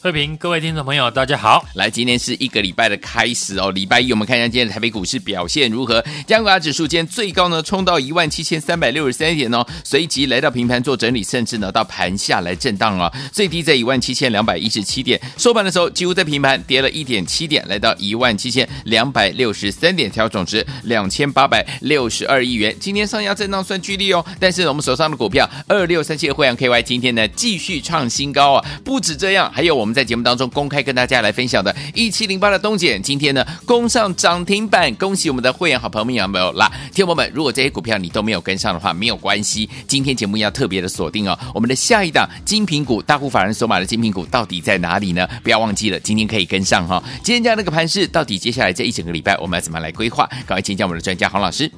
慧平，各位听众朋友，大家好。来，今天是一个礼拜的开始哦。礼拜一，我们看一下今天的台北股市表现如何。加权指数今天最高呢，冲到一万七千三百六十三点哦，随即来到平盘做整理，甚至呢到盘下来震荡啊、最低在一万七千两百一十七点，收盘的时候几乎在平盘，跌了一点七点，来到一万七千两百六十三点，调总值两千八百六十二亿元。今天上下震荡算剧烈哦，但是呢我们手上的股票二六三七的惠阳 KY 今天呢继续创新高啊！不止这样，还有我们在节目当中公开跟大家来分享的一七零八的东碱，今天呢攻上涨停板，恭喜我们的会员好朋友们有没有啦？听友们，如果这些股票你都没有跟上的话，没有关系，今天节目要特别的锁定哦，我们的下一档精品股大户法人所买的精品股到底在哪里呢？不要忘记了，今天可以跟上哈、哦。今天这样的一个盘势，到底接下来这一整个礼拜我们要怎么来规划？赶快请教我们的专家黄老师。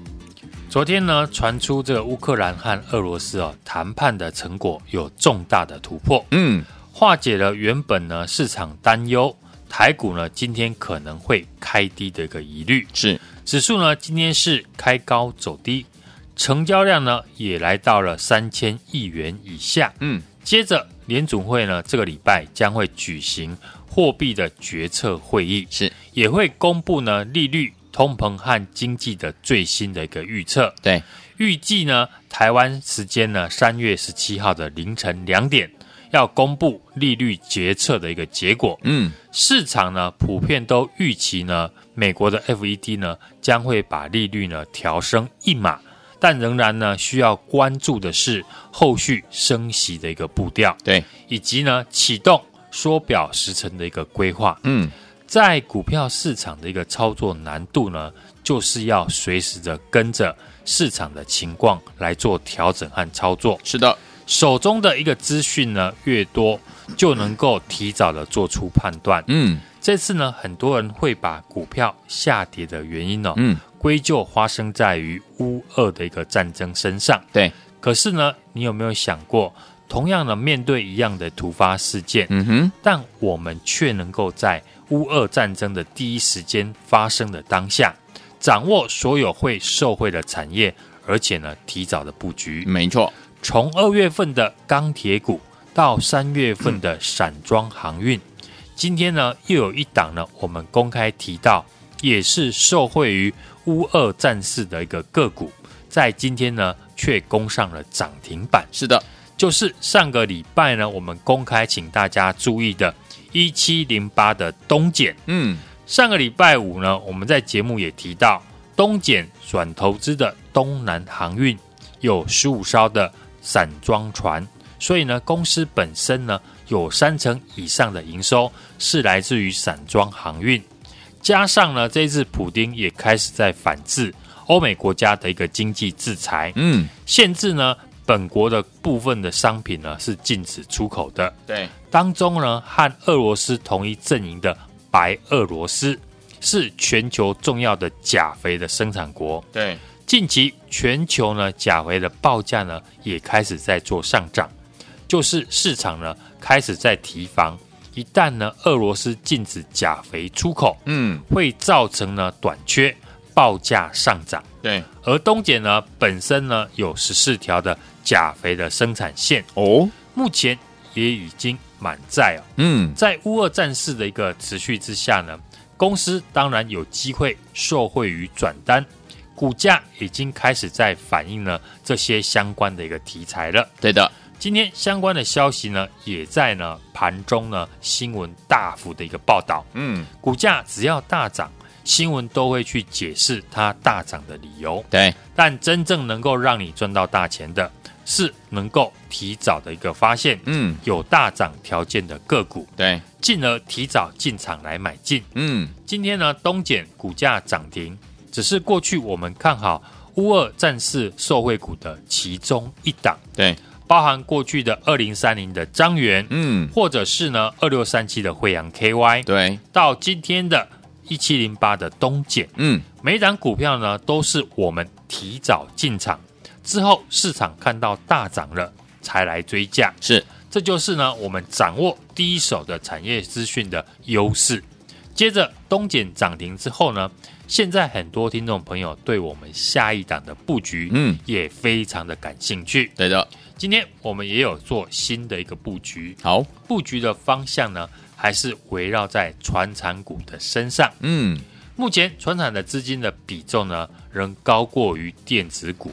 昨天呢，传出这个乌克兰和俄罗斯哦谈判的成果有重大的突破，嗯，化解了原本呢市场担忧台股呢今天可能会开低的一个疑虑。是指数呢今天是开高走低，成交量呢也来到了三千亿元以下。嗯，接着联总会呢这个礼拜将会举行货币的决策会议，是，也会公布呢利率、通膨和经济的最新的一个预测。对，预计呢，台湾时间呢三月十七号的凌晨两点要公布利率决策的一个结果。嗯，市场呢普遍都预期呢，美国的 FED 呢将会把利率呢调升一码，但仍然呢需要关注的是后续升息的一个步调，对，以及呢启动缩表时程的一个规划。嗯，在股票市场的一个操作难度呢，就是要随时的跟着市场的情况来做调整和操作。是的，手中的一个资讯呢越多，就能够提早的做出判断。嗯这次呢，很多人会把股票下跌的原因哦，嗯，归咎发生在于乌俄的一个战争身上。对，可是呢，你有没有想过，同样的面对一样的突发事件，嗯哼，但我们却能够在乌俄战争的第一时间发生的当下，掌握所有会受惠的产业，而且呢提早的布局。没错，从二月份的钢铁股到三月份的散装航运，今天呢又有一档呢，我们公开提到，也是受惠于乌俄战事的一个个股，在今天呢却攻上了涨停板。是的，就是上个礼拜呢，我们公开请大家注意的，一七零八的东碱。嗯，上个礼拜五呢，我们在节目也提到，东碱转投资的东南航运有十五艘的散装船，所以呢，公司本身呢有三成以上的营收是来自于散装航运，加上呢，这一次普丁也开始在反制欧美国家的一个经济制裁，嗯，限制呢本国的部分的商品呢是禁止出口的，对，当中呢和俄罗斯同一阵营的白俄罗斯是全球重要的钾肥的生产国。对，近期全球呢钾肥的报价呢也开始在做上涨，就是市场呢开始在提防，一旦呢俄罗斯禁止钾肥出口，嗯，会造成呢短缺，报价上涨。对，而东碱呢本身呢有十四条的钾肥的生产线，哦，目前也已经满载哦。嗯，在乌俄战事的一个持续之下呢，公司当然有机会受惠于转单，股价已经开始在反映了这些相关的一个题材了。对的，今天相关的消息呢，也在呢盘中呢新闻大幅的一个报道，嗯，股价只要大涨，新闻都会去解释它大涨的理由。对，但真正能够让你赚到大钱的，是能够提早的一个发现嗯，有大涨条件的个股，对，进而提早进场来买进。嗯，今天呢，东碱股价涨停，只是过去我们看好乌二战士受惠股的其中一档，对，包含过去的二零三零的张元，嗯，或者是呢二六三七的惠阳 KY，对，到今天的一七零八的东碱，嗯，每一档股票呢都是我们提早进场之后，市场看到大涨了才来追价，是，这就是呢我们掌握第一手的产业资讯的优势。接着东碱涨停之后呢，现在很多听众朋友对我们下一档的布局，嗯，也非常的感兴趣。对的，今天我们也有做新的一个布局，好，布局的方向呢还是围绕在传产股的身上。嗯，目前船产的资金的比重呢，仍高过于电子股，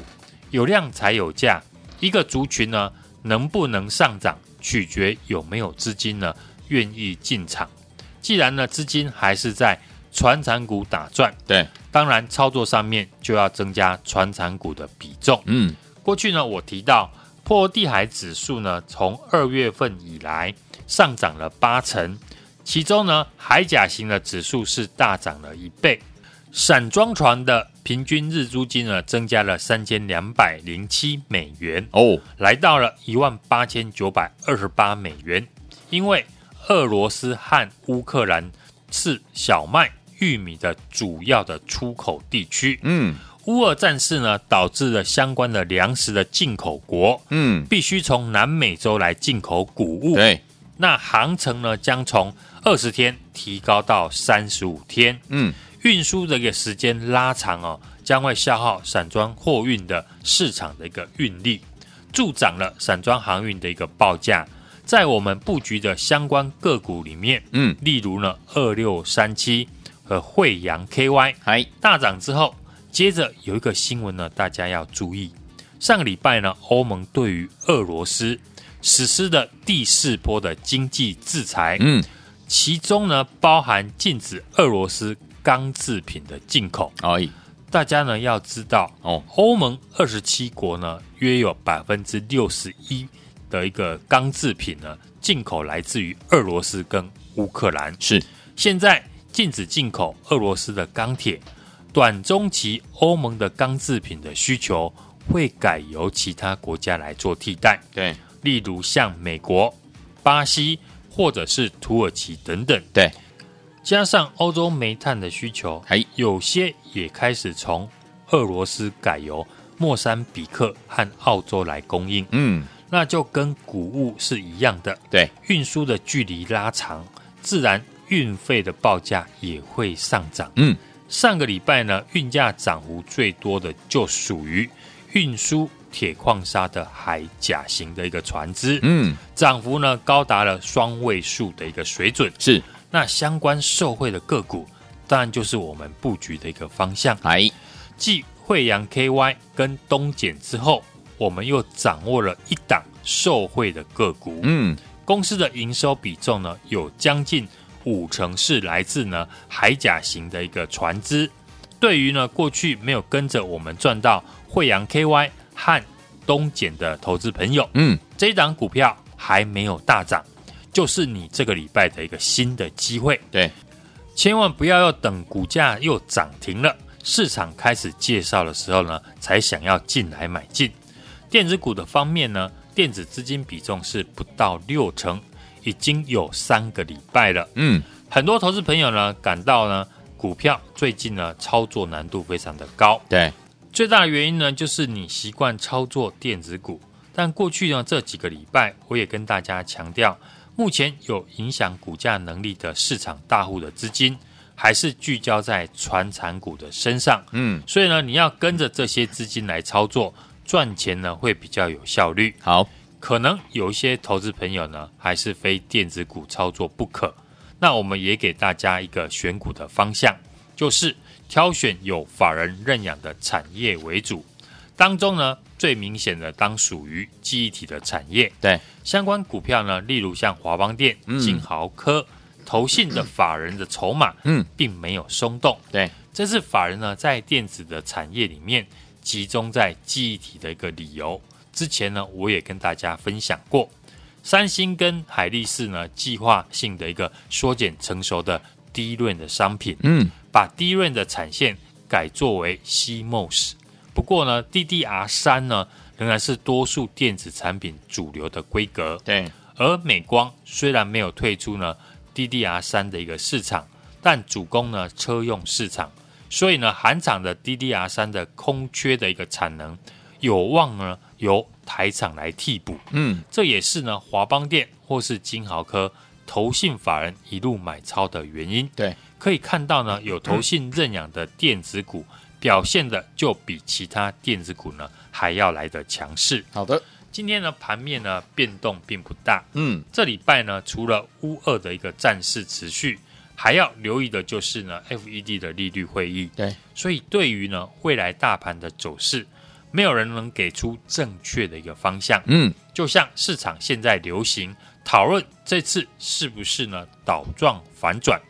有量才有价。一个族群呢，能不能上涨，取决有没有资金呢愿意进场。既然呢资金还是在船产股打转，对，当然操作上面就要增加船产股的比重。嗯，过去呢，我提到破地海指数呢，从二月份以来上涨了八成，其中呢，海甲型的指数是大涨了一倍，散装船的平均日租金呢，增加了三千两百零七美元，哦，来到了一万八千九百二十八美元，因为俄罗斯和乌克兰是小麦、玉米的主要的出口地区。嗯，乌俄战事呢，导致了相关的粮食的进口国嗯，必须从南美洲来进口谷物。对，那航程呢，将从二十天提高到三十五天，嗯，运输的一个时间拉长哦，将会消耗散装货运的市场的一个运力，助长了散装航运的一个报价。在我们布局的相关个股里面，嗯，例如呢二六三七和惠阳 KY，嗨，大涨之后，接着有一个新闻呢，大家要注意。上个礼拜呢，欧盟对于俄罗斯实施的第四波的经济制裁，嗯，其中呢包含禁止俄罗斯钢制品的进口。哎，大家呢要知道，哦，欧盟二十七国呢，约有百分之六十一的一个钢制品呢进口来自于俄罗斯跟乌克兰。是，现在禁止进口俄罗斯的钢铁，短中期欧盟的钢制品的需求会改由其他国家来做替代，对，例如像美国、巴西或者是土耳其等等。对，加上欧洲煤炭的需求，哎，有些也开始从俄罗斯改由莫桑比克和澳洲来供应，嗯，那就跟谷物是一样的。对，运输的距离拉长，自然运费的报价也会上涨。嗯，上个礼拜呢，运价涨幅最多的就属于运输铁矿砂的海甲型的一个船只，嗯，涨幅呢高达了双位数的一个水准。是，那相关受惠的个股，当然就是我们布局的一个方向。嗨，继惠阳 KY 跟东碱之后，我们又掌握了一档受惠的个股。嗯，公司的营收比重呢，有将近五成是来自呢海甲型的一个船只。对于呢过去没有跟着我们赚到惠阳 KY 和东碱的投资朋友，嗯，这一档股票还没有大涨，就是你这个礼拜的一个新的机会。对，千万不要要等股价又涨停了，市场开始介绍的时候呢，才想要进来买进。电子股的方面呢，电子资金比重是不到六成，已经有三个礼拜了。嗯，很多投资朋友呢，感到呢，股票最近呢操作难度非常的高，对，最大的原因呢，就是你习惯操作电子股，但过去呢这几个礼拜，我也跟大家强调，目前有影响股价能力的市场大户的资金，还是聚焦在传产股的身上，嗯，所以呢，你要跟着这些资金来操作，赚钱呢会比较有效率。好，可能有一些投资朋友呢，还是非电子股操作不可。那我们也给大家一个选股的方向，就是挑选有法人认养的产业为主。当中呢，最明显的当属于记忆体的产业，对，相关股票呢，例如像华邦电、嗯金豪科、投信的法人的筹码，嗯，并没有松动。对，这是法人呢在电子的产业里面集中在记忆体的一个理由。之前呢，我也跟大家分享过，三星跟海力士呢计划性的一个缩减成熟的低润的商品，嗯，把低润的产线改作为 CMOS。不过呢，DDR 三呢仍然是多数电子产品主流的规格。对，而美光虽然没有退出呢 DDR 三的一个市场，但主攻呢车用市场，所以呢韩厂的 DDR 三的空缺的一个产能有望呢由台厂来替补。嗯，这也是呢华邦电或是金豪科投信法人一路买超的原因。对，可以看到呢，有投信认养的电子股表现的就比其他电子股呢还要来得强势。好的，今天呢盘面呢变动并不大，嗯，这礼拜呢除了乌二的一个战事持续，还要留意的就是呢 FED 的利率会议。对，所以对于呢未来大盘的走势，没有人能给出正确的一个方向。嗯，就像市场现在流行讨论这次是不是呢倒状反转，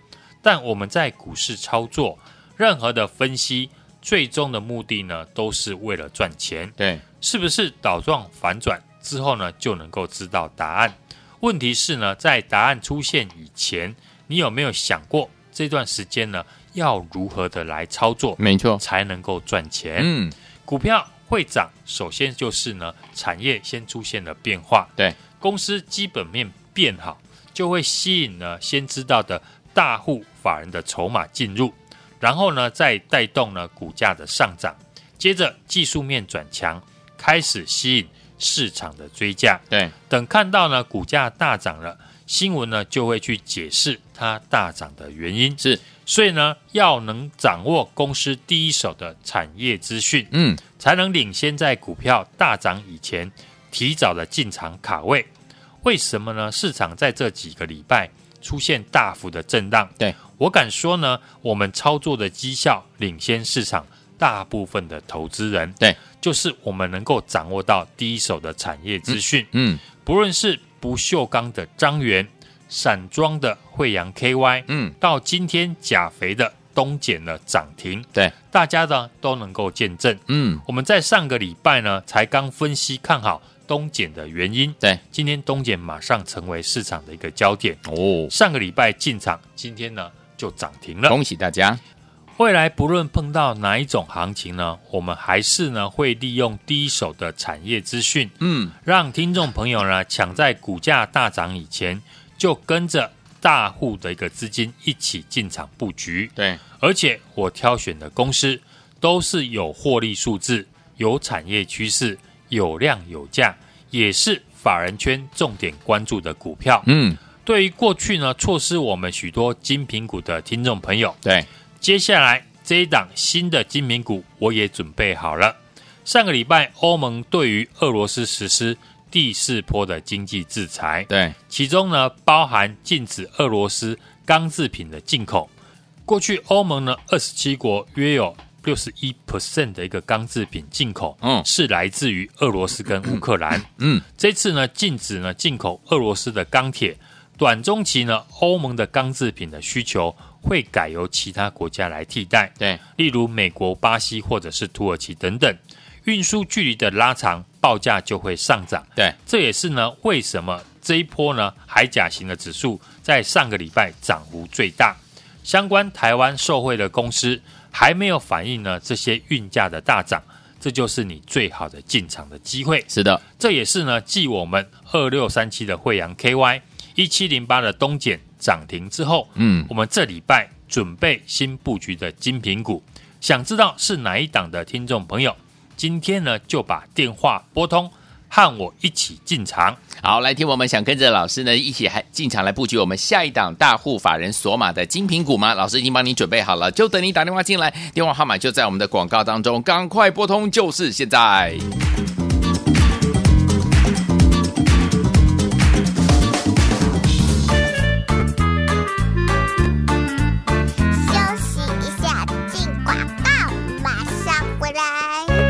但我们在股市操作，任何的分析最终的目的呢都是为了赚钱，对，是不是倒状反转之后呢就能够知道答案？问题是呢，在答案出现以前，你有没有想过这段时间呢要如何的来操作没错，才能够赚钱？嗯，股票会涨，首先就是呢产业先出现了变化，对，公司基本面变好，就会吸引呢先知道的大户法人的筹码进入，然后呢再带动呢股价的上涨，接着技术面转强，开始吸引市场的追价。对，等看到呢股价大涨了，新闻呢就会去解释它大涨的原因。是，所以呢要能掌握公司第一手的产业资讯，嗯，才能领先在股票大涨以前提早的进场卡位。为什么呢？市场在这几个礼拜出现大幅的震荡，对我敢说呢，我们操作的绩效领先市场大部分的投资人，对，就是我们能够掌握到第一手的产业资讯，嗯，不论是不锈钢的张元、散装的惠阳 KY，嗯，到今天钾肥的东碱的涨停，对，大家呢都能够见证。嗯，我们在上个礼拜呢，才刚分析看好东碱的原因。对，今天东碱马上成为市场的一个焦点。哦，上个礼拜进场，今天呢就涨停了。恭喜大家，未来不论碰到哪一种行情呢，我们还是呢会利用第一手的产业资讯，嗯，让听众朋友呢抢在股价大涨以前，就跟着大户的一个资金一起进场布局。对，而且我挑选的公司都是有获利数字、有产业趋势、有量有价，也是法人圈重点关注的股票。嗯，对于过去呢错失我们许多精品股的听众朋友，对，接下来这一档新的精品股我也准备好了。上个礼拜，欧盟对于俄罗斯实施第四波的经济制裁，对，其中呢包含禁止俄罗斯钢制品的进口。过去欧盟呢二十七国约有六十一 percent 的一个钢制品进口，嗯是来自于俄罗斯跟乌克兰。嗯，这次呢禁止呢进口俄罗斯的钢铁，短中期呢欧盟的钢制品的需求会改由其他国家来替代。对，例如美国、巴西或者是土耳其等等，运输距离的拉长，报价就会上涨。对，这也是呢为什么这一波呢海甲型的指数在上个礼拜涨幅最大，相关台湾受惠的公司还没有反映呢这些运价的大涨，这就是你最好的进场的机会。是的，这也是呢继我们二六三七的惠阳 KY、一七零八的东碱涨停之后，嗯，我们这礼拜准备新布局的精品股，想知道是哪一档的听众朋友，今天呢就把电话拨通，和我一起进场。好，来听我们想跟着老师呢一起还进场来布局我们下一档大户法人索马的精品股吗？老师已经帮你准备好了，就等你打电话进来，电话号码就在我们的广告当中，赶快拨通，就是现在。休息一下，进广告，马上回来。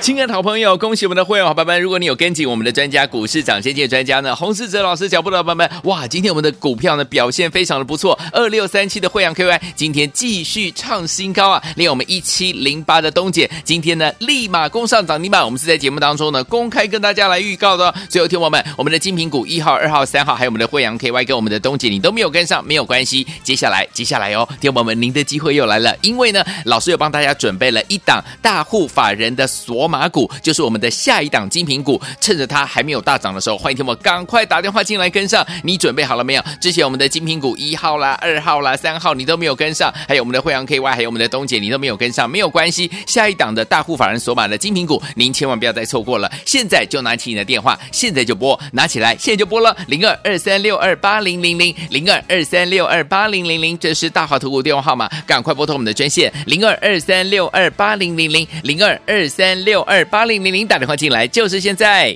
亲爱的好朋友，恭喜我们的会员好朋友们！如果你有跟紧我们的专家股市长先见专家呢，洪世哲老师脚步的伙伴们，哇，今天我们的股票呢表现非常的不错，二六三七的惠阳 KY 今天继续创新高啊，连我们一七零八的东姐今天呢立马攻上涨停板，我们是在节目当中呢公开跟大家来预告的哦。所以，听我们，我们的精品股一号、二号、三号，还有我们的惠阳 KY 跟我们的东姐，你都没有跟上，没有关系，接下来接下来哦，听我们，您的机会又来了，因为呢，老师有帮大家准备了一档大户法人的索马股，就是我们的下一档精品股，趁着它还没有大涨的时候，欢迎听我赶快打电话进来跟上。你准备好了没有？之前我们的精品股一号啦、二号啦、三号你都没有跟上，还有我们的惠阳 KY，还有我们的东姐你都没有跟上，没有关系，下一档的大户法人索马的精品股，您千万不要再错过了。现在就拿起你的电话，现在就拨，拿起来，现在就拨了零二二三六二八零零零零二二三六二八零零零，这是大华投顾电话号码，赶快拨通我们的专线零二二三六二八零零零零二二三六二八零零零，打电话进来就是现在。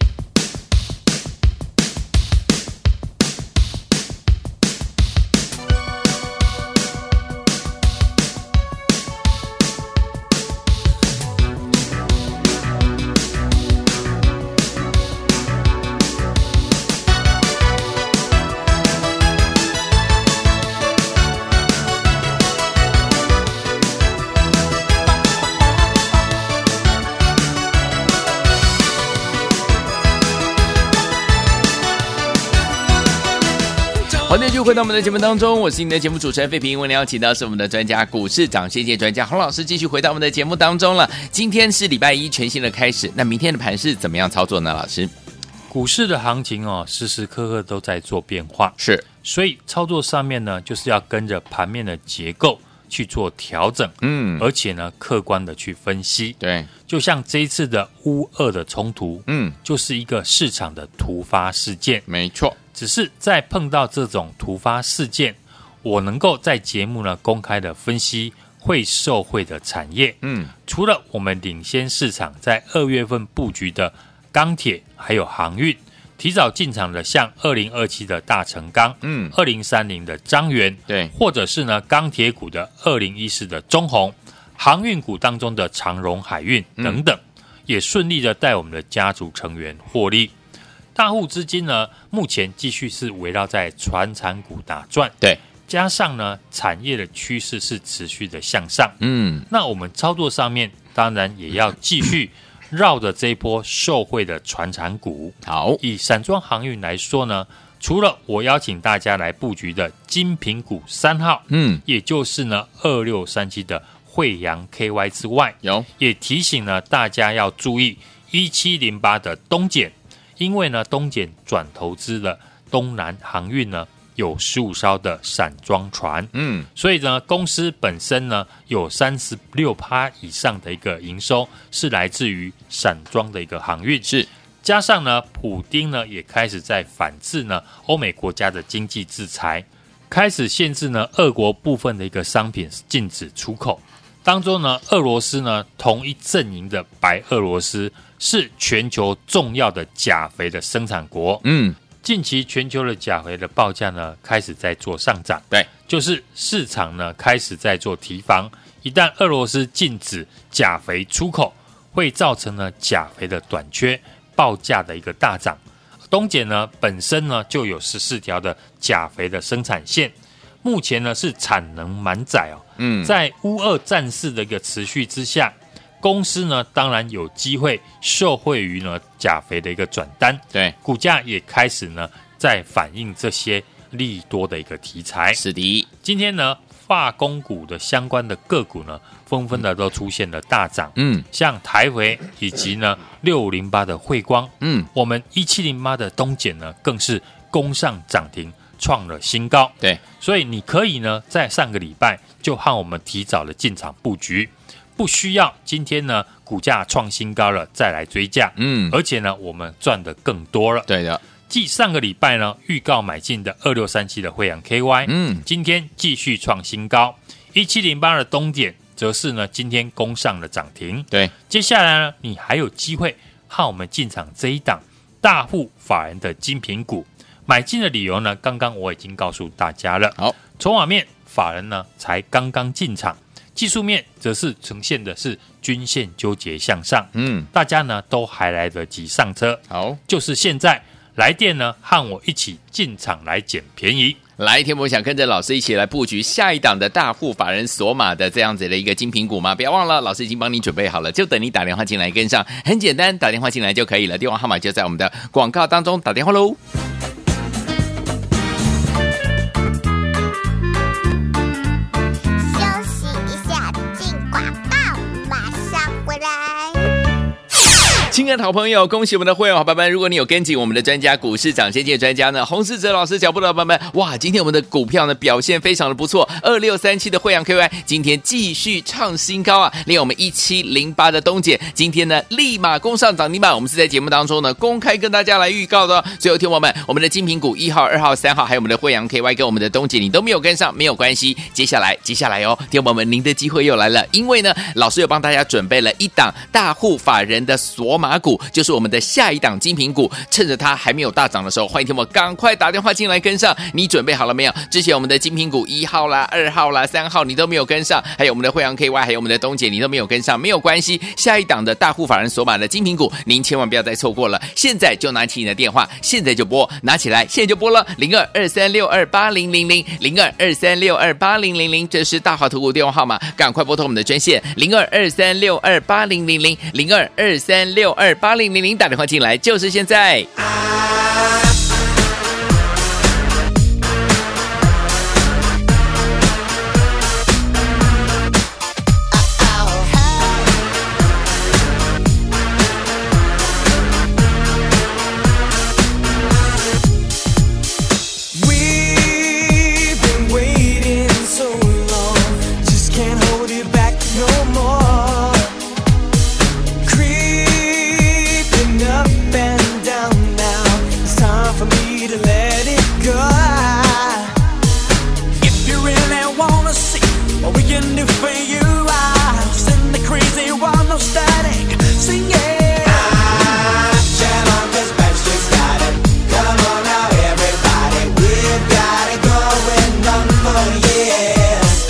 欢迎继续回到我们的节目当中，我是你的节目主持人费平。为您邀请到是我们的专家，股市长谢谢专家洪老师，继续回到我们的节目当中了。今天是礼拜一，全新的开始，那明天的盘是怎么样操作呢？老师股市的行情哦，时时刻刻都在做变化，是所以操作上面呢，就是要跟着盘面的结构去做调整，嗯，而且呢，客观的去分析。对，就像这一次的乌俄的冲突，嗯，就是一个市场的突发事件。没错，只是在碰到这种突发事件，我能够在节目呢公开的分析会受惠的产业。嗯，除了我们领先市场在二月份布局的钢铁，还有航运，提早进场的像二零二七的大成钢，嗯二零三零的张元，对或者是呢钢铁股的二零一四的中红，航运股当中的长荣海运嗯等等，也顺利的带我们的家族成员获利。大户资金呢，目前继续是围绕在传产股打转，对，加上呢产业的趋势是持续的向上，嗯，那我们操作上面当然也要继续绕着这一波受惠的传产股。好，以散装航运来说呢，除了我邀请大家来布局的金品股三号，嗯，也就是呢二六三七的惠阳 KY 之外，有，也提醒呢大家要注意一七零八的东碱，因为呢东碱转投资了东南航运呢有十五艘的散装船，嗯，所以呢，公司本身呢有三十六趴以上的一个营收是来自于散装的一个航运，是加上呢，普丁呢也开始在反制呢欧美国家的经济制裁，开始限制呢俄国部分的一个商品禁止出口。当中呢，俄罗斯呢同一阵营的白俄罗斯是全球重要的钾肥的生产国，嗯，近期全球的钾肥的报价呢开始在做上涨，对，就是市场呢开始在做提防，一旦俄罗斯禁止钾肥出口，会造成呢钾肥的短缺，报价的一个大涨。东碱呢本身呢就有十四条的钾肥的生产线，目前呢是产能满载哦，嗯，在乌俄战事的一个持续之下，公司呢当然有机会受惠于呢钾肥的一个转单，对，股价也开始呢在反映这些利多的一个题材。是的，今天呢，化工股的相关的个股呢，纷纷的都出现了大涨，嗯像台维以及呢六零八的汇光，嗯，我们一七零八的东碱呢，更是攻上涨停，创了新高。对，所以你可以呢，在上个礼拜就和我们提早了进场布局，不需要今天呢股价创新高了再来追价，嗯，而且呢我们赚的更多了。对的，继上个礼拜呢预告买进的二六三七的惠阳 KY，嗯今天继续创新高，一七零八的东点则是呢今天攻上了涨停。对，接下来呢，你还有机会和我们进场这一档大户法人的精品股。买进的理由呢，刚刚我已经告诉大家了。好，筹码面法人呢才刚刚进场，技术面则是呈现的是均线纠结向上，嗯，大家呢都还来得及上车，好，就是现在来电呢和我一起进场来捡便宜。来，天博想跟着老师一起来布局下一档的大户法人索马的这样子的一个精品股吗？不要忘了，老师已经帮你准备好了，就等你打电话进来跟上，很简单，打电话进来就可以了，电话号码就在我们的广告当中，打电话喽。休息一下，进广告，马上回来。 亲爱的好朋友，恭喜我们的会员好朋友们！如果你有跟紧我们的专家股市长先见专家呢，洪世哲老师脚步的伙伴们，哇，今天我们的股票呢表现非常的不错，二六三七的惠阳 KY 今天继续创新高啊，连我们一七零八的东姐今天呢立马攻上涨停板，我们是在节目当中呢公开跟大家来预告的、哦。最后，听我们，我们的精品股一号、二号、三号，还有我们的惠阳 KY 跟我们的东姐，你都没有跟上，没有关系，接下来接下来哦，听我们您的机会又来了，因为呢老师有帮大家准备了一档大户法人的索马股，就是我们的下一档精品股。趁着它还没有大涨的时候，欢迎听我赶快打电话进来跟上。你准备好了没有？之前我们的精品股一号啦、二号啦、三号你都没有跟上，还有我们的惠阳 KY，还有我们的东姐你都没有跟上，没有关系，下一档的大户法人索马的精品股，您千万不要再错过了。现在就拿起你的电话，现在就拨，拿起来，现在就拨了零二二三六二八零零零零二二三六二八零零零，这是大华投顾电话号码，赶快拨通我们的专线零二二三六二八零零零零二二三六二八零零零，打电话进来就是现在。 We've been waiting so long, just can't hold it back no more. Creeping up and down now, it's time for me to let it go. If you really wanna see what we can do for you, I'll send the crazy one no static singing. Come on now, everybody, we've got it going on for years.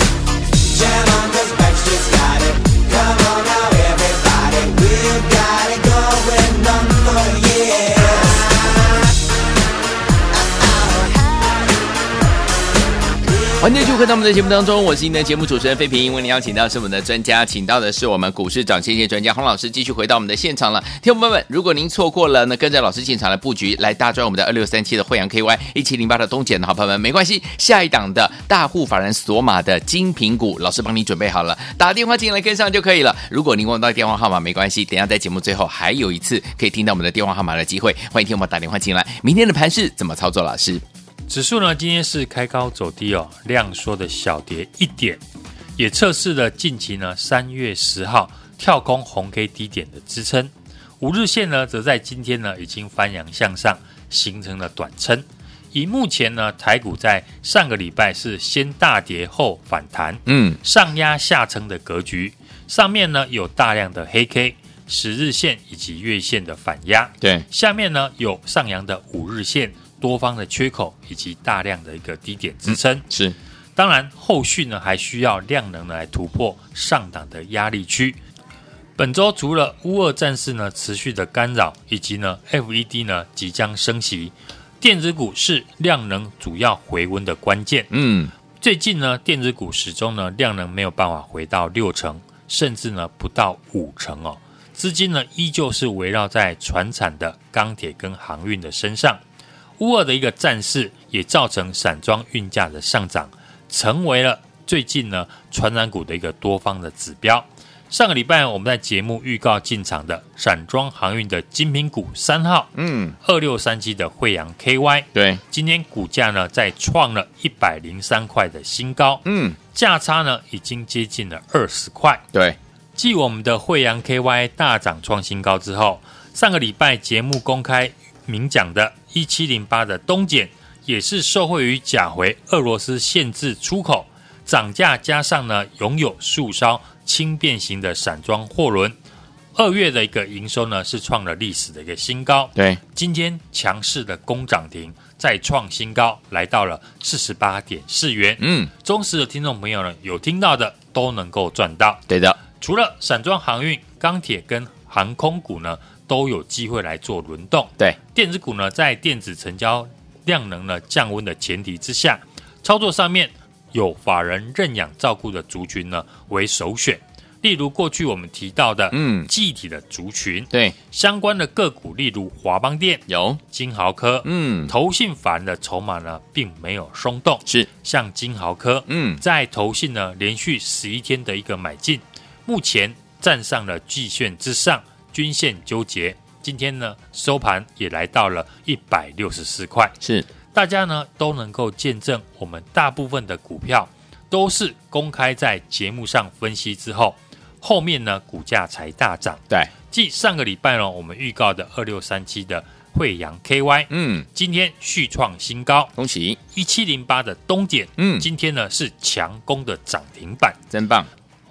Jam on 'cause Backstreet's got it. Come on now, everybody, we've got it going on for years. 欢迎继续回到我们的节目当中，我是您的节目主持人费平。为您邀请到是我们的专家，请到的是我们股市长谢谢专家洪老师，继续回到我们的现场了。听众朋友们，如果您错过了呢，跟着老师进场来布局，来大赚我们的二六三七的惠阳 KY、一七零八的东简的好朋友们，没关系，下一档的大户法人索马的精品股，老师帮你准备好了，打电话进来跟上就可以了。如果您忘到电话号码，没关系，等一下在节目最后还有一次可以听到我们的电话号码的机会，欢迎听我们打电话进来。明天的盘是怎么操作？老师，指数呢，今天是开高走低哦，量缩的小跌一点，也测试了近期呢三月十号跳空红 K 低点的支撑。五日线呢，则在今天呢已经翻扬向上，形成了短撑。以目前呢，台股在上个礼拜是先大跌后反弹，嗯，上压下撑的格局，上面呢有大量的黑 K、十日线以及月线的反压，对，下面呢有上扬的五日线、多方的缺口以及大量的一个低点支撑。是，当然，后续呢还需要量能呢来突破上档的压力区。本周除了乌俄战事呢持续的干扰，以及呢 FED 呢即将升息，电子股是量能主要回温的关键。嗯。最近呢，电子股始终呢量能没有办法回到六成，甚至呢不到五成哦。资金呢依旧是围绕在船产的钢铁跟航运的身上。乌二的一个战事也造成散装运价的上涨，成为了最近呢传染股的一个多方的指标。上个礼拜我们在节目预告进场的散装航运的精品股三号，嗯，二六三七的惠阳 KY，对，今天股价呢再创了一百零三块的新高，嗯，价差呢已经接近了二十块。对，继我们的惠阳 KY 大涨创新高之后，上个礼拜节目公开明讲的一七零八的东碱，也是受惠于假回俄罗斯限制出口涨价，加上呢拥有数艘轻便型的散装货轮，二月的一个营收呢是创了历史的一个新高。对，今天强势的攻涨停再创新高，来到了四十八点四元。嗯，忠实的听众朋友呢，有听到的都能够赚到。对的，除了散装航运、钢铁跟航空股呢，都有机会来做轮动。对，电子股呢，在电子成交量能呢降温的前提之下，操作上面有法人认养照顾的族群呢为首选，例如过去我们提到的，嗯记忆体的族群，对，相关的个股，例如华邦电、有，金豪科，嗯，投信法人的筹码呢并没有松动，是，像金豪科，嗯在投信呢连续十一天的一个买进，目前站上了季线之上，均线纠结。今天呢收盘也来到了一百六十四块，是，大家呢都能够见证我们大部分的股票都是公开在节目上分析之后，后面呢股价才大涨。对，即上个礼拜呢我们预告的二六三七的惠阳 KY，嗯，今天续创新高，恭喜，一七零八的东点，嗯今天呢是强攻的涨停板。真棒，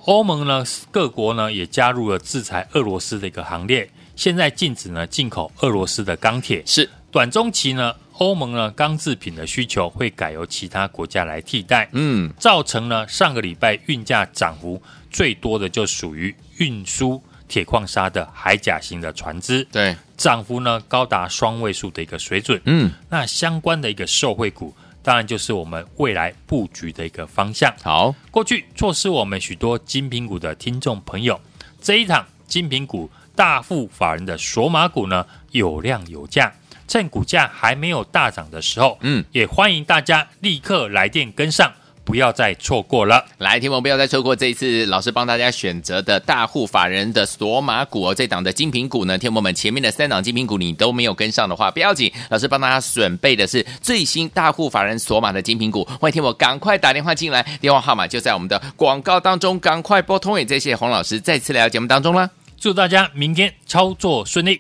欧盟呢，各国呢也加入了制裁俄罗斯的一个行列，现在禁止呢进口俄罗斯的钢铁。是，短中期呢，欧盟呢钢制品的需求会改由其他国家来替代，嗯，造成呢上个礼拜运价涨幅最多的就属于运输铁矿砂的海甲型的船只，对，涨幅呢高达双位数的一个水准。嗯，那相关的一个受惠股，当然就是我们未来布局的一个方向。好，过去错失我们许多精品股的听众朋友，这一场精品股大富法人的索马股呢，有量有价，趁股价还没有大涨的时候，嗯，也欢迎大家立刻来电跟上，不要再错过了。来，听众不要再错过这一次老师帮大家选择的大户法人的索马股哦，这档的精品股呢，听我们前面的三档精品股你都没有跟上的话，不要紧，老师帮大家准备的是最新大户法人索马的精品股，欢迎听我赶快打电话进来，电话号码就在我们的广告当中，赶快拨通也谢谢洪老师再次来到节目当中啦。祝大家明天操作顺利。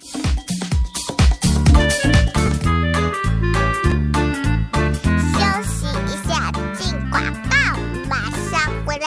休息一下，进广告，马上回来。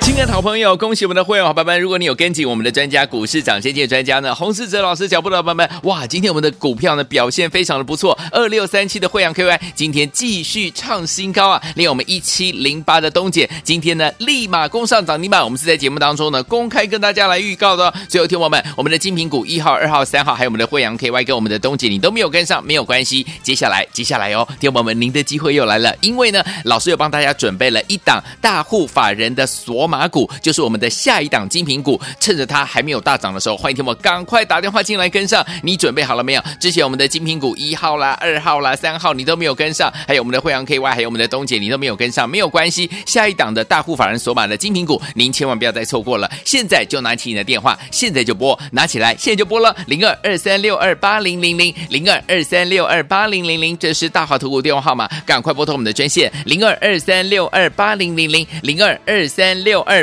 亲爱的好朋友，恭喜我们的会员好朋友们！如果你有跟紧我们的专家股市长先见专家呢，洪世哲老师脚步的伙伴们，哇，今天我们的股票呢表现非常的不错，二六三七的惠阳 KY 今天继续创新高啊，连我们一七零八的东姐今天呢立马攻上涨停板，我们是在节目当中呢公开跟大家来预告的、哦。所以，听我们，我们的精品股一号、二号、三号，还有我们的惠阳 KY 跟我们的东姐，你都没有跟上，没有关系，接下来接下来哦，听我们，您的机会又来了，因为呢，老师有帮大家准备了一档大户法人的索马股，就是我们的下一档精品股，趁着它还没有大涨的时候，欢迎听我赶快打电话进来跟上，你准备好了没有？之前我们的精品股一号啦、二号啦、三号你都没有跟上，还有我们的惠阳 KY，还有我们的东姐你都没有跟上，没有关系，下一档的大户法人索马的精品股，您千万不要再错过了，现在就拿起你的电话，现在就拨，拿起来，现在就拨了，零二二三六二八零零零零二二三六二八零零零，这是大华投顾电话号码，赶快拨通我们的专线零二二三六二八零零零零二二三六二